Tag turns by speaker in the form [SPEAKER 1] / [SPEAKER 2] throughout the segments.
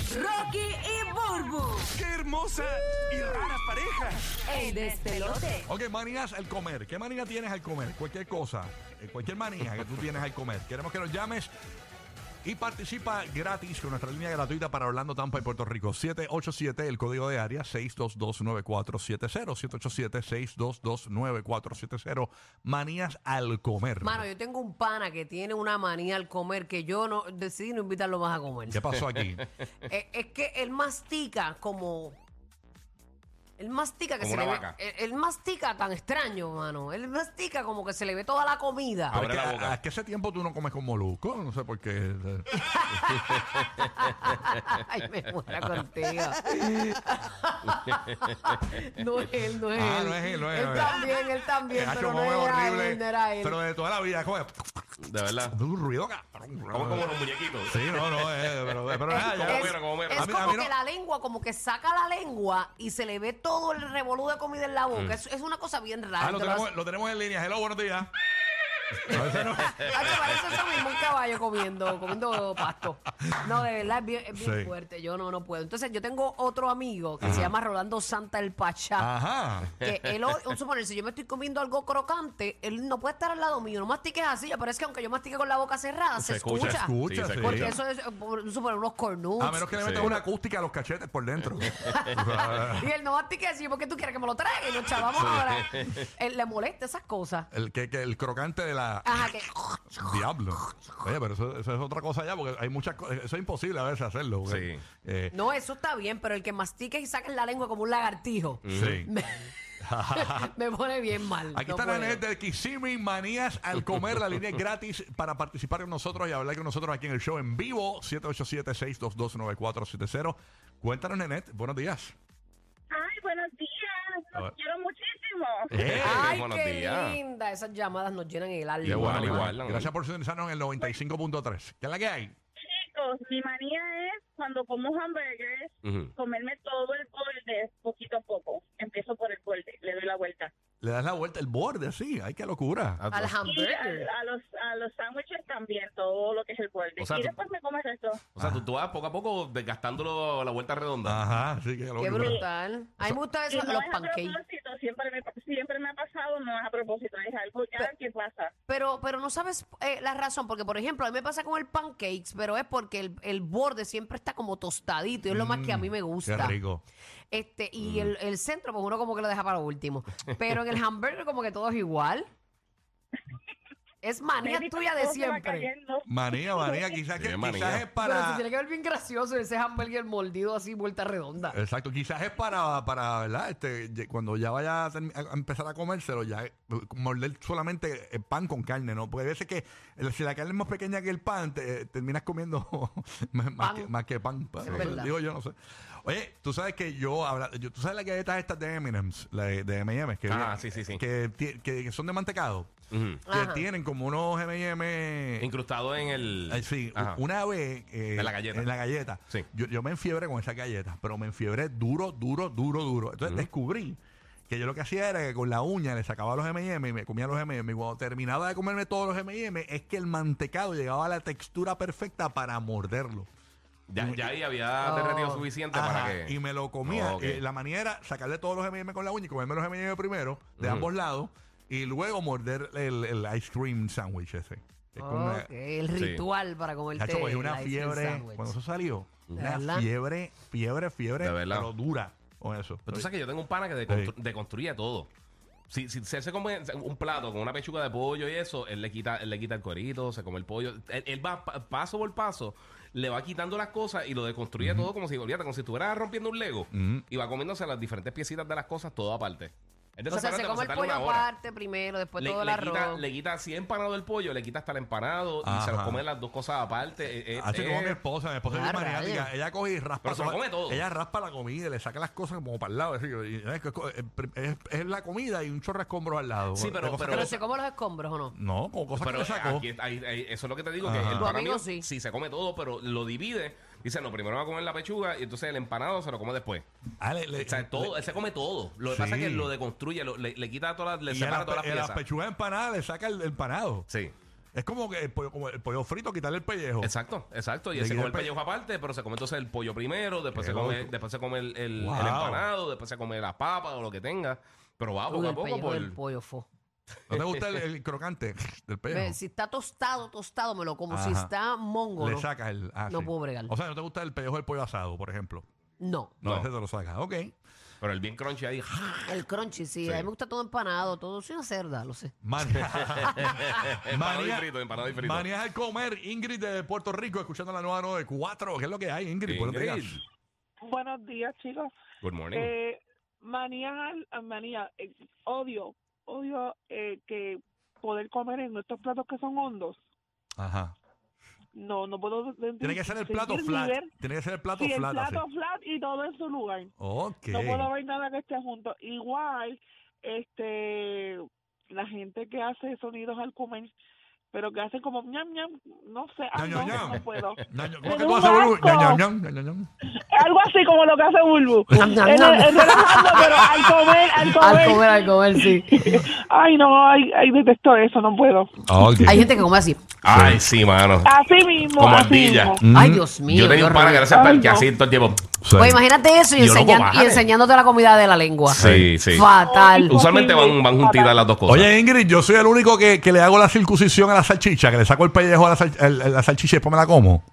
[SPEAKER 1] Rocky y Burbu.
[SPEAKER 2] ¡Qué hermosa y rara pareja!
[SPEAKER 1] El despelote.
[SPEAKER 3] Ok, manías al comer. ¿Qué manía tienes al comer? Cualquier cosa, eh, cualquier manía que tú tienes al comer. Queremos que nos llames y participa gratis con nuestra línea gratuita para Orlando, Tampa y Puerto Rico. 787, el código de área 6229470. 787-6229470. Manías al comer.
[SPEAKER 4] Mano, yo tengo un pana que tiene una manía al comer que yo no decidí no invitarlo más a comer.
[SPEAKER 3] ¿Qué pasó aquí?
[SPEAKER 4] Eh, es que él mastica como. Él mastica que
[SPEAKER 5] Como
[SPEAKER 4] se
[SPEAKER 5] una
[SPEAKER 4] le
[SPEAKER 5] vaca.
[SPEAKER 4] ve. Él, él mastica tan extraño, mano. Él mastica como que se le ve toda la comida.
[SPEAKER 5] Abre
[SPEAKER 3] Porque
[SPEAKER 5] la
[SPEAKER 3] a-
[SPEAKER 5] boca.
[SPEAKER 3] a- que hace tiempo tú no comes con molusco? No sé por qué. eh,
[SPEAKER 4] Ay, me muera contigo. no es él, no es
[SPEAKER 3] Ah,
[SPEAKER 4] él.
[SPEAKER 3] no es él, no es él.
[SPEAKER 4] Él también, él también,
[SPEAKER 3] Hacho,
[SPEAKER 4] pero no
[SPEAKER 3] come
[SPEAKER 4] era él, no era él.
[SPEAKER 3] Pero de toda la vida, come.
[SPEAKER 5] De verdad.
[SPEAKER 3] Un ruido, cabrón.
[SPEAKER 5] Como como los muñequitos.
[SPEAKER 3] Sí, no, no, eh, pero, pero nada, ya- Ah,
[SPEAKER 5] Como mero, como mero.
[SPEAKER 4] es
[SPEAKER 3] A mí- a
[SPEAKER 4] como
[SPEAKER 3] mí no-
[SPEAKER 4] que la lengua, como que saca la lengua y se le ve todo el revolú de comida en la boca. Es, es una cosa bien rara.
[SPEAKER 3] Mm. Ah, lo
[SPEAKER 4] Te vas-
[SPEAKER 3] tenemos, lo tenemos en línea. Hello, buenos días. A veces no.
[SPEAKER 4] Ay, que parece eso mismo un caballo comiendo, comiendo pasto. No, de verdad es bien, es bien
[SPEAKER 3] Sí.
[SPEAKER 4] fuerte. Yo no, no puedo. Entonces, yo tengo otro amigo que se llama Rolando Santa el
[SPEAKER 3] Ah.
[SPEAKER 4] Pachá.
[SPEAKER 3] Ajá.
[SPEAKER 4] Que él, o- un suponer, si yo me estoy comiendo algo crocante, él no puede estar al lado mío. No mastiques así, pero es que aunque yo mastique con la boca cerrada, se, escucha.
[SPEAKER 3] Se escucha,
[SPEAKER 5] Sí, se
[SPEAKER 3] sí.
[SPEAKER 4] Porque
[SPEAKER 5] escucha.
[SPEAKER 4] eso es, eh, por- un suponer, unos cornudos.
[SPEAKER 3] A menos que le metan
[SPEAKER 5] Sí.
[SPEAKER 3] una acústica a los cachetes por dentro. O sea,
[SPEAKER 4] Y él no mastique así, porque tú quieres que me lo traiga y nos chavamos ahora. Él le molesta esas cosas.
[SPEAKER 3] el, que, que el crocante de la.
[SPEAKER 4] Ajá, que.
[SPEAKER 3] Diablo. Oye, pero eso, eso es otra cosa ya, porque hay muchas cosas. Eso es imposible a veces hacerlo. porque,
[SPEAKER 5] Sí.
[SPEAKER 3] eh,
[SPEAKER 4] No, eso está bien, pero el que mastique y saque la lengua como un lagartijo.
[SPEAKER 3] sí.
[SPEAKER 4] Me, me pone bien mal.
[SPEAKER 3] Mm. Aquí
[SPEAKER 4] No
[SPEAKER 3] está la
[SPEAKER 4] puedo.
[SPEAKER 3] gente de Kissimmee Manías al comer. La línea es gratis para participar con nosotros y hablar con nosotros aquí en el show en vivo. 787-622-9470. Cuéntanos, Nenet. Buenos días.
[SPEAKER 6] Ay, buenos días.
[SPEAKER 3] A
[SPEAKER 6] Los
[SPEAKER 5] Ah.
[SPEAKER 3] ver.
[SPEAKER 6] quiero muchísimo.
[SPEAKER 3] Eh,
[SPEAKER 4] Ay,
[SPEAKER 5] Buenos
[SPEAKER 4] qué
[SPEAKER 5] días.
[SPEAKER 4] linda. Esas llamadas nos llenan el alma.
[SPEAKER 5] Igual,
[SPEAKER 4] mano.
[SPEAKER 5] igual. ¿no?
[SPEAKER 3] Gracias por sintonizarnos en el 95.3. ¿Qué es la que hay?
[SPEAKER 6] Chicos, mi manía es cuando como hamburgers,
[SPEAKER 5] Ujú.
[SPEAKER 6] comerme todo el borde poquito a poco. Empiezo por el borde, le doy la vuelta.
[SPEAKER 3] Le das la vuelta, el borde, así. Ay, qué locura.
[SPEAKER 5] Ah.
[SPEAKER 4] Al
[SPEAKER 6] Y a,
[SPEAKER 4] hamburger.
[SPEAKER 6] a los a los sándwiches también, todo lo que es el borde.
[SPEAKER 5] O sea,
[SPEAKER 6] y
[SPEAKER 5] tú-
[SPEAKER 6] después me como el resto.
[SPEAKER 5] O sea, tú, tú vas poco a poco desgastándolo la vuelta redonda.
[SPEAKER 3] Ajá, sí, qué
[SPEAKER 4] Qué
[SPEAKER 3] locura.
[SPEAKER 4] brutal. A mí me gustan
[SPEAKER 6] Y
[SPEAKER 4] esos,
[SPEAKER 6] no
[SPEAKER 4] los
[SPEAKER 6] es a
[SPEAKER 4] pancakes.
[SPEAKER 6] propósito, siempre me, siempre me ha pasado, no es a propósito, es algo ya que pasa.
[SPEAKER 4] Pero, pero no sabes eh, la razón, porque por ejemplo, a mí me pasa con el pancakes, pero es porque el, el borde siempre está como tostadito y es lo más que a mí me gusta.
[SPEAKER 3] Mm, Qué rico.
[SPEAKER 4] Este, y el, el centro, pues uno como que lo deja para lo último. Pero en el hamburger, como que todo es igual. Es manía
[SPEAKER 6] Baby,
[SPEAKER 4] tuya de
[SPEAKER 6] todo se va
[SPEAKER 4] siempre.
[SPEAKER 6] cayendo.
[SPEAKER 3] Manía, manía, quizás,
[SPEAKER 5] Sí,
[SPEAKER 3] que,
[SPEAKER 5] manía.
[SPEAKER 3] quizás es
[SPEAKER 4] Pero se
[SPEAKER 3] para.
[SPEAKER 4] tiene que ver bien gracioso ese hamburger mordido así, vuelta redonda.
[SPEAKER 3] Exacto, quizás es para, para ¿verdad? Este, ye- cuando ya vaya a, termi- a empezar a comérselo, ya eh, morder solamente el pan con carne, ¿no? Porque a veces que el- si la carne es más pequeña que el pan, te, eh, terminas comiendo más, más
[SPEAKER 4] Pan.
[SPEAKER 3] que, más que pan.
[SPEAKER 4] Es verdad.
[SPEAKER 3] Digo yo, no sé. Oye, tú sabes que yo, habla- yo- tú sabes las galletas estas de M&M's, la de, de M&M's, que,
[SPEAKER 5] Ah,
[SPEAKER 3] vienen-
[SPEAKER 5] sí, sí, sí.
[SPEAKER 3] Que, ti- que- que son de mantecado,
[SPEAKER 5] Ujú.
[SPEAKER 4] Ajá.
[SPEAKER 3] que tienen como unos M&M's
[SPEAKER 5] Incrustado en el.
[SPEAKER 3] Ay, sí, u-
[SPEAKER 5] Ajá.
[SPEAKER 3] una vez eh,
[SPEAKER 5] En la galleta.
[SPEAKER 3] en la galleta,
[SPEAKER 5] Sí.
[SPEAKER 3] yo, yo me enfiebré con esas galletas, pero me enfiebré duro, duro, duro, duro. Entonces descubrí que yo lo que hacía era que con la uña le sacaba los M&M y me comía los M&M y cuando terminaba de comerme todos los M&M es que el mantecado llegaba a la textura perfecta para morderlo.
[SPEAKER 5] Ya, ya ahí había
[SPEAKER 4] Oh.
[SPEAKER 5] derretido suficiente para
[SPEAKER 3] Ajá,
[SPEAKER 5] que.
[SPEAKER 3] Y me lo comía.
[SPEAKER 5] Oh, ok.
[SPEAKER 3] Eh, la manera era sacarle todos los M&M con la uña y comerme los M&M primero, de ambos lados, y luego morder el, el ice cream sandwich ese. Es como una-
[SPEAKER 4] Ok, el
[SPEAKER 5] Sí.
[SPEAKER 4] ritual para comerte
[SPEAKER 3] Chacho, cogí una
[SPEAKER 4] el ice cream
[SPEAKER 3] fiebre
[SPEAKER 4] sandwich.
[SPEAKER 3] cuando eso salió. Una
[SPEAKER 4] verdad?
[SPEAKER 3] fiebre, fiebre, fiebre,
[SPEAKER 5] De verdad.
[SPEAKER 3] pero dura con eso.
[SPEAKER 5] Pero Pues tú sabes que yo tengo un pana que deconstru- deconstruye todo. Si, si se, se come un plato con una pechuga de pollo y eso, él le quita, él le quita el corito, se come el pollo. Él, él va pa- paso por paso, le va quitando las cosas y lo deconstruye todo como si, olvídate, como si estuviera rompiendo un Lego. Y va comiéndose las diferentes piecitas de las cosas todo aparte. Es de
[SPEAKER 4] O sea, se
[SPEAKER 5] separarte para
[SPEAKER 4] come el
[SPEAKER 5] sacarle
[SPEAKER 4] pollo
[SPEAKER 5] una hora.
[SPEAKER 4] aparte primero, después
[SPEAKER 5] Le,
[SPEAKER 4] todo el
[SPEAKER 5] le quita,
[SPEAKER 4] arroz.
[SPEAKER 5] le quita así empanado el pollo, le quita hasta el empanado y se
[SPEAKER 3] Ajá.
[SPEAKER 5] lo come las dos cosas aparte. Eh, eh,
[SPEAKER 3] Así
[SPEAKER 5] eh,
[SPEAKER 3] como mi esposa, mi esposa es bien
[SPEAKER 4] Ah,
[SPEAKER 3] maniática.
[SPEAKER 4] rayos.
[SPEAKER 3] Ella coge y raspa
[SPEAKER 5] Pero se lo
[SPEAKER 3] toda-
[SPEAKER 5] come todo.
[SPEAKER 3] Ella raspa la comida, y le saca las cosas como para el lado. así, y- y- es, eh, es- es la comida y un chorro de escombros al lado.
[SPEAKER 5] Sí,
[SPEAKER 3] De
[SPEAKER 5] pero-
[SPEAKER 3] cosas
[SPEAKER 4] Pero
[SPEAKER 5] pero-
[SPEAKER 3] que-
[SPEAKER 4] se come los escombros o no.
[SPEAKER 3] no, como cosas
[SPEAKER 5] Pero eh,
[SPEAKER 3] que le sacó.
[SPEAKER 5] aquí- ahí- ahí- eso es lo que te digo,
[SPEAKER 3] Ajá.
[SPEAKER 5] que el
[SPEAKER 3] Tu
[SPEAKER 5] pana
[SPEAKER 4] amigo sí.
[SPEAKER 5] mío se come todo, pero lo divide. Dice, no, primero va a comer la pechuga y entonces el empanado se lo come después.
[SPEAKER 3] Ah, le- le-
[SPEAKER 5] O sea, todo, él se come todo. Lo que
[SPEAKER 3] Sí.
[SPEAKER 5] pasa es que lo deconstruye, lo- le, le quita todas las, le
[SPEAKER 3] y a
[SPEAKER 5] separa
[SPEAKER 3] la,
[SPEAKER 5] todas
[SPEAKER 3] a
[SPEAKER 5] las
[SPEAKER 3] la
[SPEAKER 5] piezas.
[SPEAKER 3] pechuga empanada le saca el el empanado.
[SPEAKER 5] Sí.
[SPEAKER 3] Es como que el pollo, como el pollo frito, quitarle el pellejo.
[SPEAKER 5] Exacto, exacto. Y
[SPEAKER 3] Oh. Le
[SPEAKER 5] él se
[SPEAKER 3] quita
[SPEAKER 5] come
[SPEAKER 3] el
[SPEAKER 5] el
[SPEAKER 3] pe-
[SPEAKER 5] pellejo aparte, pero se come entonces el pollo primero, después
[SPEAKER 3] Qué
[SPEAKER 5] se come,
[SPEAKER 3] loco.
[SPEAKER 5] después se come el, el-
[SPEAKER 3] Wow.
[SPEAKER 5] el empanado, después se come la papa o lo que tenga. Pero va Ah, poco
[SPEAKER 4] Uy,
[SPEAKER 5] a
[SPEAKER 4] el
[SPEAKER 5] poco
[SPEAKER 4] pellejo
[SPEAKER 5] por.
[SPEAKER 4] del pollo, fo.
[SPEAKER 3] ¿No te gusta el, el crocante del
[SPEAKER 4] Ve,
[SPEAKER 3] pellejo?
[SPEAKER 4] Si está tostado, tostado, me lo como. Si
[SPEAKER 3] Ajá.
[SPEAKER 4] está mongo,
[SPEAKER 3] Le
[SPEAKER 4] no.
[SPEAKER 3] sacas el. ah,
[SPEAKER 4] No
[SPEAKER 3] sí.
[SPEAKER 4] puedo bregar.
[SPEAKER 3] O sea, ¿no te gusta el pellejo del pollo asado, por ejemplo?
[SPEAKER 4] No.
[SPEAKER 3] No,
[SPEAKER 5] No.
[SPEAKER 3] ese te lo sacas. Ok.
[SPEAKER 5] Pero el bien crunchy ahí.
[SPEAKER 4] El crunchy, sí.
[SPEAKER 5] Sí.
[SPEAKER 4] A mí me gusta todo empanado, todo. Soy una cerda, lo sé.
[SPEAKER 3] Manía.
[SPEAKER 5] Empanado y
[SPEAKER 3] Manía-
[SPEAKER 5] frito, empanado y frito.
[SPEAKER 3] Manías al comer. Ingrid de Puerto Rico, escuchando la nueva 94. ¿Qué es lo que hay, Ingrid? Pues Buenos
[SPEAKER 5] Ingrid.
[SPEAKER 3] días.
[SPEAKER 7] Buenos días, chicos.
[SPEAKER 5] Good morning.
[SPEAKER 7] Eh, manía, al- manía, eh, odio, odio eh, que poder comer en nuestros platos que son hondos.
[SPEAKER 3] Ajá.
[SPEAKER 7] No, no puedo.
[SPEAKER 3] Tiene que ser el plato flat. Tiene que ser el plato
[SPEAKER 7] Sí, el
[SPEAKER 3] flat. así.
[SPEAKER 7] plato flat y todo en su lugar.
[SPEAKER 3] Ok.
[SPEAKER 7] No puedo ver nada que esté junto. Igual, este, la gente que hace sonidos al comer, pero que hace como ñam ñam, no sé, ah,
[SPEAKER 3] Ñam, ñam,
[SPEAKER 7] no,
[SPEAKER 3] ñam.
[SPEAKER 7] no puedo.
[SPEAKER 3] Ñaño-
[SPEAKER 7] Me
[SPEAKER 3] ¿Cómo que
[SPEAKER 7] da
[SPEAKER 3] tú
[SPEAKER 7] un
[SPEAKER 3] haces boludo?
[SPEAKER 7] asco.
[SPEAKER 3] Ñaño, ñaño, ñaño, ñaño.
[SPEAKER 7] Algo así como lo que hace Bulbu. Eh,
[SPEAKER 4] Ñam, ñam,
[SPEAKER 7] Es-
[SPEAKER 4] ñam.
[SPEAKER 7] es relajando, pero al comer, al comer.
[SPEAKER 4] Al comer, al comer, sí.
[SPEAKER 7] Ay, no, ay, ay, detesto eso, no puedo.
[SPEAKER 5] Ah,
[SPEAKER 4] Hay gente que come así.
[SPEAKER 5] Ay, sí, mano.
[SPEAKER 7] Así mismo,
[SPEAKER 5] Como
[SPEAKER 7] así
[SPEAKER 5] ardilla.
[SPEAKER 7] mismo.
[SPEAKER 4] Ay, Dios mío.
[SPEAKER 5] Mm. Yo tenía
[SPEAKER 4] qué
[SPEAKER 5] un pana que
[SPEAKER 4] horror.
[SPEAKER 5] era ese pan
[SPEAKER 7] Ay,
[SPEAKER 5] que
[SPEAKER 7] no.
[SPEAKER 5] así todo el tiempo.
[SPEAKER 3] Sí.
[SPEAKER 4] Pues imagínate eso y,
[SPEAKER 5] Yo no puedo
[SPEAKER 4] enseñan-
[SPEAKER 5] bajar,
[SPEAKER 4] y
[SPEAKER 5] eh.
[SPEAKER 4] enseñándote la comida de la lengua.
[SPEAKER 5] Sí, sí.
[SPEAKER 4] Fatal.
[SPEAKER 7] Usa-
[SPEAKER 5] Usualmente van, van juntitas las dos cosas.
[SPEAKER 3] Oye, Ingrid, yo soy el único que, que le hago la circuncisión a la salchicha, que le saco el pellejo a la, sal- el- el- la salchicha y después me la como.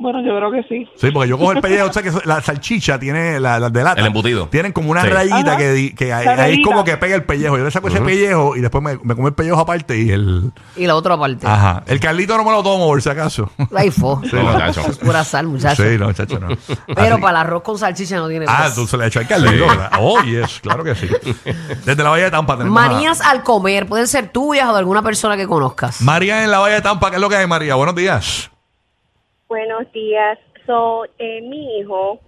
[SPEAKER 7] Bueno, yo creo que sí.
[SPEAKER 3] Sí, porque yo cojo el pellejo, o sea que so- la salchicha tiene la, la de lata.
[SPEAKER 5] El embutido.
[SPEAKER 3] Tienen como una
[SPEAKER 5] Sí.
[SPEAKER 3] rayita
[SPEAKER 7] Ajá.
[SPEAKER 3] que, di- que ahí,
[SPEAKER 7] La
[SPEAKER 3] ahí es
[SPEAKER 7] rayita.
[SPEAKER 3] como que pega el pellejo. Yo le saco ese pellejo y después me, me como el pellejo aparte y el.
[SPEAKER 4] Y la otra parte.
[SPEAKER 3] Ajá. El Carlito no me lo tomo, por si acaso.
[SPEAKER 4] Ay, fo.
[SPEAKER 5] Ah. No,
[SPEAKER 4] Eso
[SPEAKER 5] chacho.
[SPEAKER 4] es pura sal, muchachos.
[SPEAKER 3] Sí, no, chacho, no.
[SPEAKER 4] Pero
[SPEAKER 3] Así-
[SPEAKER 4] para el arroz con salchicha no tiene
[SPEAKER 3] Ah,
[SPEAKER 4] más.
[SPEAKER 3] tú se le has hecho al Carlito, ¿verdad? Oh, yes, claro que sí. Desde la Valle de Tampa tenemos. a-
[SPEAKER 4] Manías al comer. Pueden ser tuyas o de alguna persona que conozcas.
[SPEAKER 3] María en la Valle de Tampa, ¿qué es lo que hay, María? Buenos días.
[SPEAKER 8] Buenos días. So, eh, mi hijo,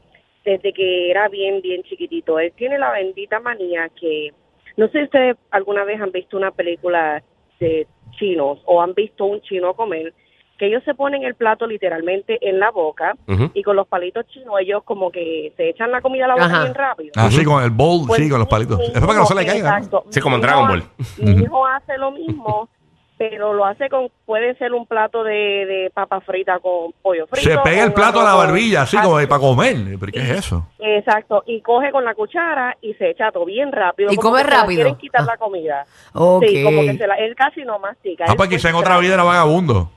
[SPEAKER 8] desde que era bien, bien chiquitito, él tiene la bendita manía que, no sé si ustedes alguna vez han visto una película de chinos o han visto un chino comer, que ellos se ponen el plato literalmente en la boca
[SPEAKER 5] Ujú.
[SPEAKER 8] y con los palitos chinos ellos como que se echan la comida a la boca
[SPEAKER 4] Ajá.
[SPEAKER 8] bien rápido.
[SPEAKER 3] Así con el bowl,
[SPEAKER 8] Pues
[SPEAKER 3] Ah, sí, con los
[SPEAKER 8] mi-
[SPEAKER 3] palitos.
[SPEAKER 8] mi
[SPEAKER 3] Es para que no se le
[SPEAKER 8] hijo,
[SPEAKER 3] caiga. ¿no?
[SPEAKER 8] Pues, exacto.
[SPEAKER 5] Sí, como en
[SPEAKER 8] Mi
[SPEAKER 5] Dragon
[SPEAKER 8] hijo-
[SPEAKER 5] Ball.
[SPEAKER 8] Mi hijo hace lo mismo, pero lo hace con, puede ser un plato de, de papa frita con pollo frito. ah,
[SPEAKER 3] Se pega el
[SPEAKER 8] con
[SPEAKER 3] plato a la
[SPEAKER 8] arroz con-
[SPEAKER 3] barbilla, así como para comer. ¿Pero qué es eso?
[SPEAKER 8] Exacto, y coge con la cuchara y se echa todo bien rápido.
[SPEAKER 4] Y
[SPEAKER 8] como
[SPEAKER 4] come
[SPEAKER 8] que se la
[SPEAKER 4] rápido.
[SPEAKER 8] Quieren quitar
[SPEAKER 4] Ah.
[SPEAKER 8] la comida.
[SPEAKER 4] Ok.
[SPEAKER 8] Sí, como que se la, él casi no mastica.
[SPEAKER 3] Ah,
[SPEAKER 8] él
[SPEAKER 3] pues
[SPEAKER 8] fue
[SPEAKER 3] quizá en otra vida era vagabundo.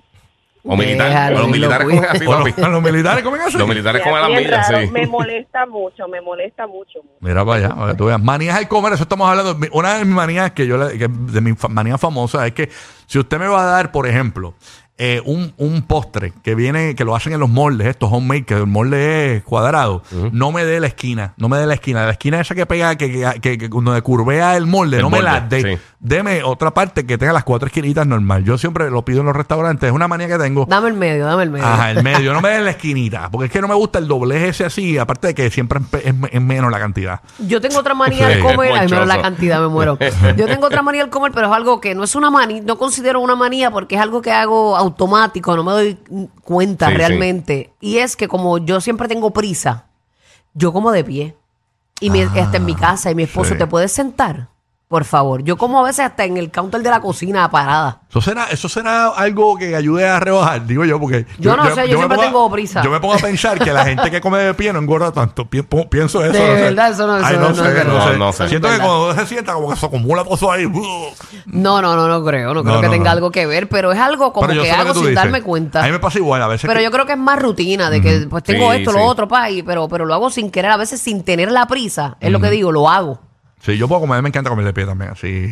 [SPEAKER 5] O militares.
[SPEAKER 4] Déjalo,
[SPEAKER 5] O los
[SPEAKER 4] sí, lo
[SPEAKER 5] militares comen así,
[SPEAKER 3] O los,
[SPEAKER 5] papi.
[SPEAKER 3] los militares comen así.
[SPEAKER 5] Los militares
[SPEAKER 8] bien
[SPEAKER 5] comen las millas,
[SPEAKER 8] raro.
[SPEAKER 5] sí.
[SPEAKER 8] Me molesta mucho, me molesta mucho.
[SPEAKER 3] Mira para allá, para que tú veas. Manías al comer, eso estamos hablando. Mi- Una de mis manías que yo, le- que de mis fa- manías famosas es que si usted me va a dar, por ejemplo, eh, un, un postre que viene, que lo hacen en los moldes, estos homemade, que el molde es cuadrado, no me dé la esquina, no me dé la esquina. La esquina esa que pega, que, que, que- que donde curvea el molde,
[SPEAKER 5] El
[SPEAKER 3] no me la
[SPEAKER 5] molde,
[SPEAKER 3] dé.
[SPEAKER 5] sí.
[SPEAKER 3] Deme otra parte que tenga las cuatro esquinitas normal. Yo siempre lo pido en los restaurantes, es una manía que tengo.
[SPEAKER 4] Dame el medio, dame el medio.
[SPEAKER 3] Ajá, el medio, no me den la esquinita, porque es que no me gusta el doblez ese así, aparte de que siempre es, es- es menos la cantidad.
[SPEAKER 4] Yo tengo otra manía
[SPEAKER 3] Sí,
[SPEAKER 4] al comer.
[SPEAKER 5] es
[SPEAKER 4] Ay, menos la
[SPEAKER 5] monchoso.
[SPEAKER 4] cantidad, me muero. Yo tengo otra manía al comer, pero es algo que no es una manía, no considero una manía porque es algo que hago automático, no me doy cuenta
[SPEAKER 5] Sí, sí.
[SPEAKER 4] realmente. Y es que como yo siempre tengo prisa, yo como de pie. Y mi-
[SPEAKER 3] Ah,
[SPEAKER 4] hasta en mi casa, y mi esposo,
[SPEAKER 3] sí.
[SPEAKER 4] ¿te puedes sentar? Por favor. Yo como a veces hasta en el counter de la cocina parada.
[SPEAKER 3] Eso será, eso será algo que ayude a rebajar, digo yo, porque...
[SPEAKER 4] Yo no sé, yo
[SPEAKER 3] me
[SPEAKER 4] siempre
[SPEAKER 3] pongo a-
[SPEAKER 4] tengo prisa.
[SPEAKER 3] Yo me pongo a pensar que la gente que come de pie no engorda tanto. Pi- po- pienso eso.
[SPEAKER 4] De
[SPEAKER 3] no sé.
[SPEAKER 4] verdad, eso no-
[SPEAKER 3] Ay,
[SPEAKER 4] eso
[SPEAKER 3] no,
[SPEAKER 4] no
[SPEAKER 3] sé,
[SPEAKER 4] es
[SPEAKER 3] no
[SPEAKER 5] verdad.
[SPEAKER 3] sé.
[SPEAKER 5] No, no sé.
[SPEAKER 3] Siento que
[SPEAKER 4] Es verdad.
[SPEAKER 3] cuando uno se sienta como que se acumula todo eso ahí. uh.
[SPEAKER 4] No, no, no, no creo. No,
[SPEAKER 3] No,
[SPEAKER 4] creo que
[SPEAKER 3] no,
[SPEAKER 4] tenga
[SPEAKER 3] no.
[SPEAKER 4] algo que ver, pero es algo como
[SPEAKER 3] Pero yo
[SPEAKER 4] que
[SPEAKER 3] sé lo
[SPEAKER 4] hago
[SPEAKER 3] tú
[SPEAKER 4] sin
[SPEAKER 3] dices.
[SPEAKER 4] darme cuenta.
[SPEAKER 3] A mí me pasa igual, a veces...
[SPEAKER 4] Pero
[SPEAKER 3] que-
[SPEAKER 4] yo creo que es más rutina, de que pues tengo
[SPEAKER 5] Sí,
[SPEAKER 4] esto,
[SPEAKER 5] sí.
[SPEAKER 4] lo otro, pa, y- pero, pero lo hago sin querer, a veces sin tener la prisa, es lo que digo, lo hago.
[SPEAKER 3] Sí, yo puedo comer, me encanta comerle pie también, así...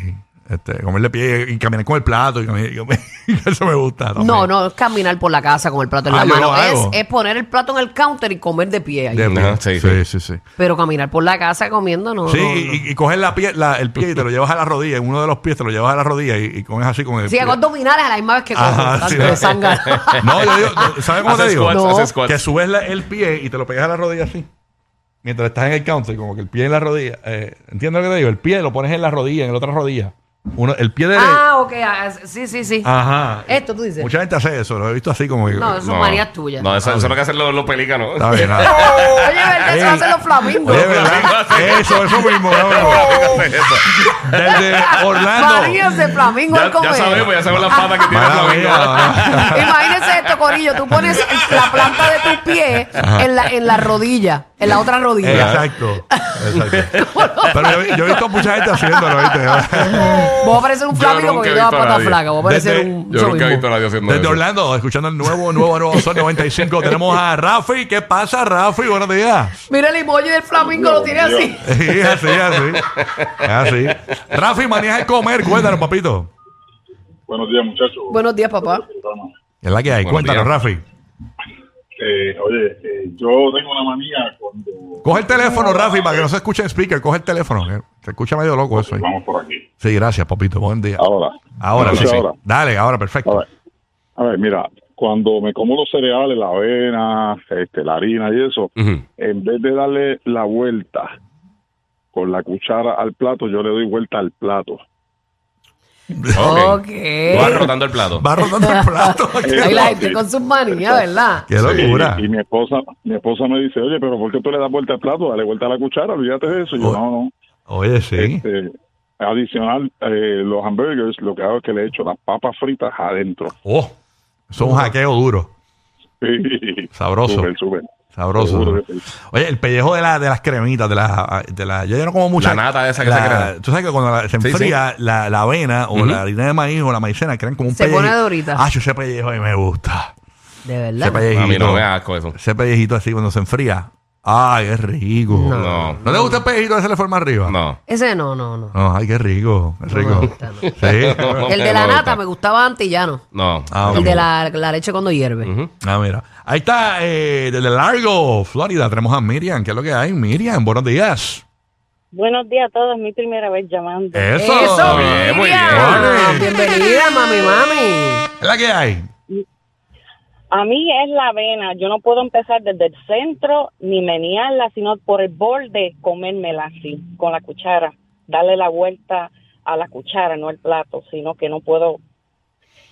[SPEAKER 3] Este, comerle pie y caminar con el plato y, caminar- y comer- eso me gusta también.
[SPEAKER 4] No, no, es caminar por la casa con el plato en la
[SPEAKER 3] Ah, yo lo
[SPEAKER 4] mano, es,
[SPEAKER 3] hago.
[SPEAKER 4] es poner el plato en el counter y comer de pie ahí.
[SPEAKER 3] De pie.
[SPEAKER 5] Ajá,
[SPEAKER 3] sí,
[SPEAKER 5] sí,
[SPEAKER 3] sí, sí. sí.
[SPEAKER 4] Pero caminar por la casa comiendo no.
[SPEAKER 3] Sí,
[SPEAKER 4] Oh, no, no.
[SPEAKER 3] y, y coges la pie, la- el pie y te lo llevas a la rodilla, en uno de los pies te lo llevas a la rodilla y, y comes así con el
[SPEAKER 4] Sí,
[SPEAKER 3] pie.
[SPEAKER 4] hago abdominales a la misma vez que como.
[SPEAKER 3] Ajá, sí,
[SPEAKER 4] tanto de
[SPEAKER 3] ¿no?
[SPEAKER 4] zángano.
[SPEAKER 3] No, yo digo, ¿sabes cómo te
[SPEAKER 5] Hace
[SPEAKER 3] digo?
[SPEAKER 5] squats,
[SPEAKER 4] No.
[SPEAKER 5] hace squats.
[SPEAKER 3] Que subes la- el pie y te lo pegas a la rodilla así. Mientras estás en el counter, como que el pie en la rodilla. Eh, ¿Entiendes lo que te digo? El pie lo pones en la rodilla, en la otra rodilla. Uno, el pie derecho.
[SPEAKER 4] Ah, ok. ah, sí, sí, sí.
[SPEAKER 3] Ajá.
[SPEAKER 4] Esto tú dices.
[SPEAKER 3] Mucha gente hace eso, lo he visto así como que.
[SPEAKER 4] No, eso es María tuya.
[SPEAKER 5] No, eso, eso es lo que hacen los, los pelícanos.
[SPEAKER 3] Está bien, nada.
[SPEAKER 4] Oye, ¿verdad? Eso
[SPEAKER 3] Ey.
[SPEAKER 4] hacen los flamingos.
[SPEAKER 3] Oye, ¿verdad? Eso, eso mismo. no, no. Desde
[SPEAKER 4] María
[SPEAKER 3] Orlando.
[SPEAKER 4] de flamingo
[SPEAKER 5] Ya,
[SPEAKER 4] al comer.
[SPEAKER 5] ya sabemos, ya sabemos las patas que tiene el
[SPEAKER 3] Mala mía,
[SPEAKER 5] flamingo.
[SPEAKER 3] ¿no?
[SPEAKER 4] Imagínense esto, Corillo. Tú pones la planta de tu pie en la, en la rodilla, en la otra
[SPEAKER 3] Eh,
[SPEAKER 4] rodilla.
[SPEAKER 3] Exacto. exacto. Pero yo, yo he visto mucha gente haciéndolo, ¿viste?
[SPEAKER 4] Vos a parecer un
[SPEAKER 5] Yo
[SPEAKER 4] flamingo porque
[SPEAKER 5] nunca
[SPEAKER 4] yo tengo
[SPEAKER 5] he
[SPEAKER 4] la
[SPEAKER 5] visto a
[SPEAKER 4] pata
[SPEAKER 5] nadie.
[SPEAKER 4] flaca. Vos a parecer
[SPEAKER 3] Desde-
[SPEAKER 4] un.
[SPEAKER 5] Yo nunca he
[SPEAKER 4] chobismo.
[SPEAKER 5] visto a nadie haciendo
[SPEAKER 3] Desde
[SPEAKER 5] eso.
[SPEAKER 3] Orlando, escuchando el nuevo, nuevo, nuevo Sol 95, tenemos a Rafi. ¿Qué pasa, Rafi? Buenos días.
[SPEAKER 4] Mira el emoji del flamingo, lo tiene así.
[SPEAKER 3] Sí, así, así. Así. Rafi, maneja el comer. Cuéntanos, papito.
[SPEAKER 9] Buenos días, muchachos.
[SPEAKER 4] Buenos días, papá.
[SPEAKER 9] Programa.
[SPEAKER 3] Es la que hay.
[SPEAKER 5] Buenos
[SPEAKER 3] Cuéntanos,
[SPEAKER 5] días.
[SPEAKER 3] Rafi.
[SPEAKER 9] Eh, oye, eh, yo tengo una manía cuando...
[SPEAKER 3] Coge el teléfono, Rafi, para que no se escuche en speaker. Coge el teléfono. eh. Se escucha medio loco eso. ahí.
[SPEAKER 9] Vamos por aquí.
[SPEAKER 3] Sí, gracias, papito. Buen día.
[SPEAKER 9] Ahora.
[SPEAKER 3] Ahora,
[SPEAKER 9] ¿Me
[SPEAKER 3] sí,
[SPEAKER 9] escucha
[SPEAKER 3] sí.
[SPEAKER 9] ahora?
[SPEAKER 3] Dale, ahora,
[SPEAKER 9] A
[SPEAKER 3] perfecto.
[SPEAKER 9] ver. A ver, mira, cuando me como los cereales, la avena, este, la harina y eso,
[SPEAKER 5] Ujú.
[SPEAKER 9] en vez de darle la vuelta con la cuchara al plato, yo le doy vuelta al plato.
[SPEAKER 5] Ok. Tú vas
[SPEAKER 4] Ok.
[SPEAKER 5] rotando el plato.
[SPEAKER 3] Va rotando el plato.
[SPEAKER 9] Eh,
[SPEAKER 4] Ahí la
[SPEAKER 9] Exacto.
[SPEAKER 4] gente con sus manías, ¿verdad?
[SPEAKER 3] Qué locura.
[SPEAKER 9] Y, y mi esposa mi esposa me dice, oye, pero ¿por qué tú le das vuelta al plato? Dale vuelta a la cuchara, olvídate de eso. Y yo,
[SPEAKER 3] Oye.
[SPEAKER 9] no, no.
[SPEAKER 3] Oye, sí.
[SPEAKER 9] Este, adicional, eh, los hamburgers, lo que hago es que le echo las papas fritas adentro.
[SPEAKER 3] Oh, eso es un hackeo duro.
[SPEAKER 9] Sí.
[SPEAKER 3] Sabroso.
[SPEAKER 9] Súper, súper.
[SPEAKER 3] Sabroso.
[SPEAKER 9] Seguro que sí.
[SPEAKER 3] Oye, el pellejo de, la, de las cremitas, de las... De la, yo no como mucho.
[SPEAKER 5] La nata esa que se crea.
[SPEAKER 3] Tú sabes que cuando la- se
[SPEAKER 5] Sí,
[SPEAKER 3] enfría la, la avena o la harina de maíz o la maicena, crean como un
[SPEAKER 4] Se
[SPEAKER 3] pellejo.
[SPEAKER 4] pone durita.
[SPEAKER 3] Ah, yo ese pellejo ahí me gusta.
[SPEAKER 4] De
[SPEAKER 3] Ese
[SPEAKER 4] verdad.
[SPEAKER 3] pellejito.
[SPEAKER 5] A mí no me da asco eso.
[SPEAKER 3] Ese pellejito así cuando se enfría. Ay, qué rico.
[SPEAKER 5] No.
[SPEAKER 3] ¿No te gusta el pellejito de hacerle forma arriba?
[SPEAKER 5] No.
[SPEAKER 4] Ese no, no, no.
[SPEAKER 3] No, ay, qué rico. Qué rico.
[SPEAKER 4] No me gusta, no.
[SPEAKER 3] Sí.
[SPEAKER 4] El de la
[SPEAKER 5] No me
[SPEAKER 4] nata
[SPEAKER 5] gusta.
[SPEAKER 4] me gustaba antes y ya no.
[SPEAKER 5] No.
[SPEAKER 3] Ah,
[SPEAKER 4] El de
[SPEAKER 3] ok.
[SPEAKER 4] la, la leche cuando hierve.
[SPEAKER 3] Ah, mira. Ahí está, eh, desde Largo, Florida, tenemos a Miriam. ¿Qué es lo que hay, Miriam? Buenos días.
[SPEAKER 6] Buenos días a todos, mi primera vez llamando.
[SPEAKER 3] Eso.
[SPEAKER 4] Eso,
[SPEAKER 5] Muy bien, muy
[SPEAKER 4] Miriam.
[SPEAKER 3] bien.
[SPEAKER 4] Bienvenida, mami, mami.
[SPEAKER 3] ¿Qué es la que hay?
[SPEAKER 6] A mí es la avena, yo no puedo empezar desde el centro ni menearla, sino por el borde comérmela así, con la cuchara, darle la vuelta a la cuchara, no al plato, sino que no puedo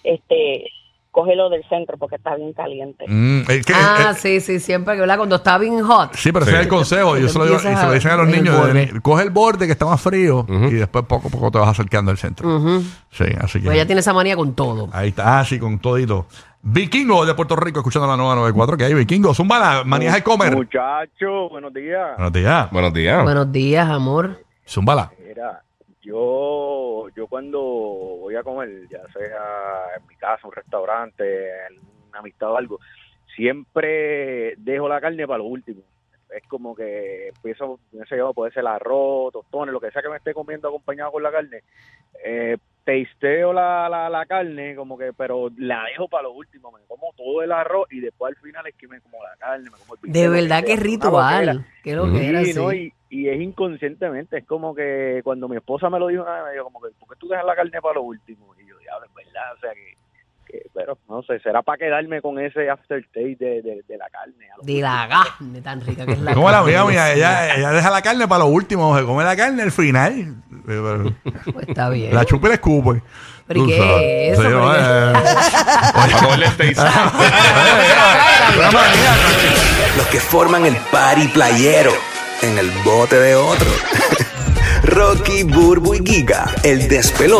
[SPEAKER 6] este cogerlo del centro porque está bien caliente.
[SPEAKER 3] Mm, es que-
[SPEAKER 4] Ah,
[SPEAKER 3] eh,
[SPEAKER 4] sí, sí, siempre que, ¿verdad? Cuando está bien hot.
[SPEAKER 3] sí, pero ese
[SPEAKER 5] Sí.
[SPEAKER 3] es el consejo. Yo
[SPEAKER 4] Te
[SPEAKER 3] se lo digo y
[SPEAKER 4] empiezas
[SPEAKER 3] se lo dicen a los
[SPEAKER 4] en el
[SPEAKER 3] niños.
[SPEAKER 4] borde.
[SPEAKER 3] de- coge el borde que está más frío y después poco a poco te vas acercando al centro.
[SPEAKER 4] Ujú.
[SPEAKER 3] Sí, así que.
[SPEAKER 4] Mm. Pues ella tiene esa manía con todo.
[SPEAKER 3] Ahí está, ah, sí, con todito. Vikingo de Puerto Rico, escuchando la nueva 94 que hay. Vikingo, zumba la manías de comer.
[SPEAKER 10] Muchachos, buenos días.
[SPEAKER 3] Buenos días.
[SPEAKER 5] Buenos días.
[SPEAKER 4] Buenos días, amor.
[SPEAKER 3] Zúmbala.
[SPEAKER 10] Mira, yo, yo cuando voy a comer, ya sea en mi casa, un restaurante, en una amistad o algo, siempre dejo la carne para lo último. Es como que empiezo, no sé yo, puede ser arroz, tostones, lo que sea que me esté comiendo acompañado con la carne. Eh, tasteo la, la, la carne, como que, pero la dejo para lo último. Me como todo el arroz y después al final es que me como la carne, me como el
[SPEAKER 4] De
[SPEAKER 10] bistec, lo que
[SPEAKER 4] verdad
[SPEAKER 10] sea,
[SPEAKER 4] que es
[SPEAKER 10] una loquera.
[SPEAKER 4] ritual. Qué lo que era,
[SPEAKER 10] Sí, ¿no?
[SPEAKER 4] sí.
[SPEAKER 10] y, y es inconscientemente, es como que cuando mi esposa me lo dijo, una vez, me dijo como que, ¿por qué tú dejas la carne para lo último? Y yo, diablo, es verdad, o sea que, que- pero no sé, será para quedarme con ese aftertaste de, de, de la carne. a lo
[SPEAKER 4] De la carne tan rica que es la
[SPEAKER 3] ¿Cómo la
[SPEAKER 4] carne.
[SPEAKER 3] mía, mía? Ella, ella deja la carne para lo último, se come la carne al final.
[SPEAKER 4] Pues está bien.
[SPEAKER 3] La chupa y la escupe.
[SPEAKER 4] ¿Pero y
[SPEAKER 3] Tú
[SPEAKER 4] qué
[SPEAKER 3] sabes.
[SPEAKER 4] es eso?
[SPEAKER 3] Sí,
[SPEAKER 4] ¿Pero qué-
[SPEAKER 5] Para cogerle el taste.
[SPEAKER 3] una manía,
[SPEAKER 11] Los que forman el party playero en el bote de otro. Rocky, Burbu y Giga, el despelote.